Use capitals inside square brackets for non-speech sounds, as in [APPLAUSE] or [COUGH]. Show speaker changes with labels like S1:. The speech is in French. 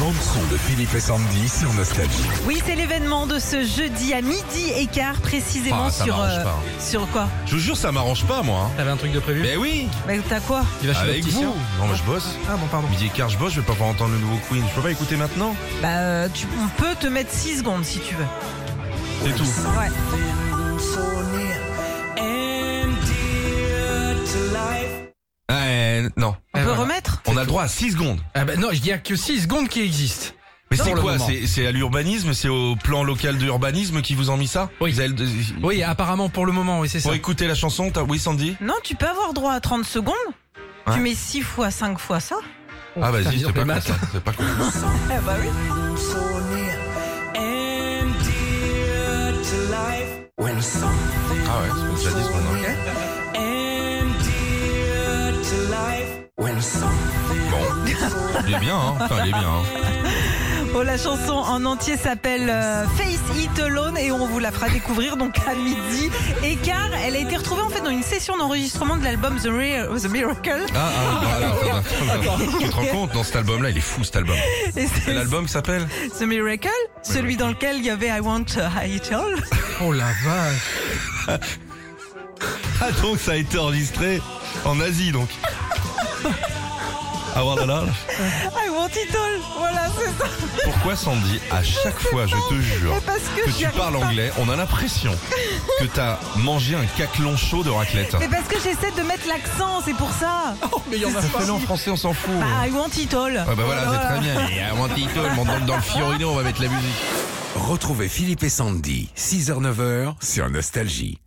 S1: bande son de Philippe et Sandy sur Nostalgie.
S2: Oui, c'est l'événement de ce jeudi à midi et quart précisément
S1: Ah, ça
S2: sur euh,
S1: m'arrange pas.
S2: sur quoi
S1: Je vous jure, ça m'arrange pas, moi. hein.
S3: T'avais un truc de prévu
S1: Mais oui,
S2: Bah, T'as quoi
S3: Il va chez
S1: avec
S3: le
S1: vous.
S3: opticien.
S1: Non, mais je bosse.
S3: Ah bon, pardon.
S1: Midi et quart, je bosse, je vais pas pouvoir entendre le nouveau Queen. Je peux pas écouter maintenant
S2: Bah euh, tu on peut te mettre 6 secondes si tu veux.
S1: C'est tout.
S2: Ouais.
S1: Euh, non,
S2: On
S3: Eh,
S2: peut
S3: voilà.
S2: remettre
S1: on a le droit à 6 secondes.
S3: Ah bah non, il y a que 6 secondes qui existent.
S1: Mais
S3: Pour
S1: c'est
S3: le
S1: quoi
S3: moment.
S1: C'est c'est à l'urbanisme, c'est au plan local de urbanisme qui vous ont mis ça
S3: Oui.
S1: Vous avez le- euh,
S3: Oui, apparemment pour le moment, oui, c'est ça.
S1: Pour écouter la chanson, t'as- oui Sandy
S2: Non, tu peux avoir droit à 30 secondes.
S1: Ouais.
S2: Tu mets 6 fois 5 fois ça.
S1: Ah vas-y,
S3: dire
S1: c'est pas
S3: les
S1: con,
S3: maths.
S1: ça, c'est pas con.
S2: Eh bah oui.
S1: Ah ouais, c'est déjà 10 secondes. hein. Bon, il est bien, hein. Enfin, il est bien, hein.
S2: Oh, la chanson en entier s'appelle euh, Face It Alone et on vous la fera découvrir donc à midi et quart. Elle a été retrouvée en fait dans une session d'enregistrement de l'album The, Real- The Miracle.
S1: Ah, ah, oui, [LAUGHS] voilà, attends, attends, attends. Tu te rends compte, dans cet album-là, il est fou cet album.
S2: Et
S1: C'est l'album qui s'appelle
S2: The Miracle, celui dans lequel il y avait I Want a It All.
S3: Oh la vache.
S1: Ah donc ça a été enregistré en Asie donc. Ah voilà.
S2: I Want It All. Ah, Voilà, c'est ça.
S1: Pourquoi Sandy À chaque fois, je te jure,
S2: Mais parce que
S1: que
S2: j'y
S1: tu
S2: arrive
S1: parles
S2: pas.
S1: anglais, on a l'impression que t'as mangé un caclon chaud de raclette.
S2: Mais parce que j'essaie de mettre l'accent, c'est pour ça.
S1: Oh,
S3: Mais il y en a
S1: Fais-le en français, on s'en fout.
S2: Bah, I want it all.
S1: Ah bah voilà, c'est très bien. Et à Montito, on monte dans le Fiorino, on va mettre la musique.
S4: Retrouvez Philippe et Sandy, 6h-9h sur Nostalgie.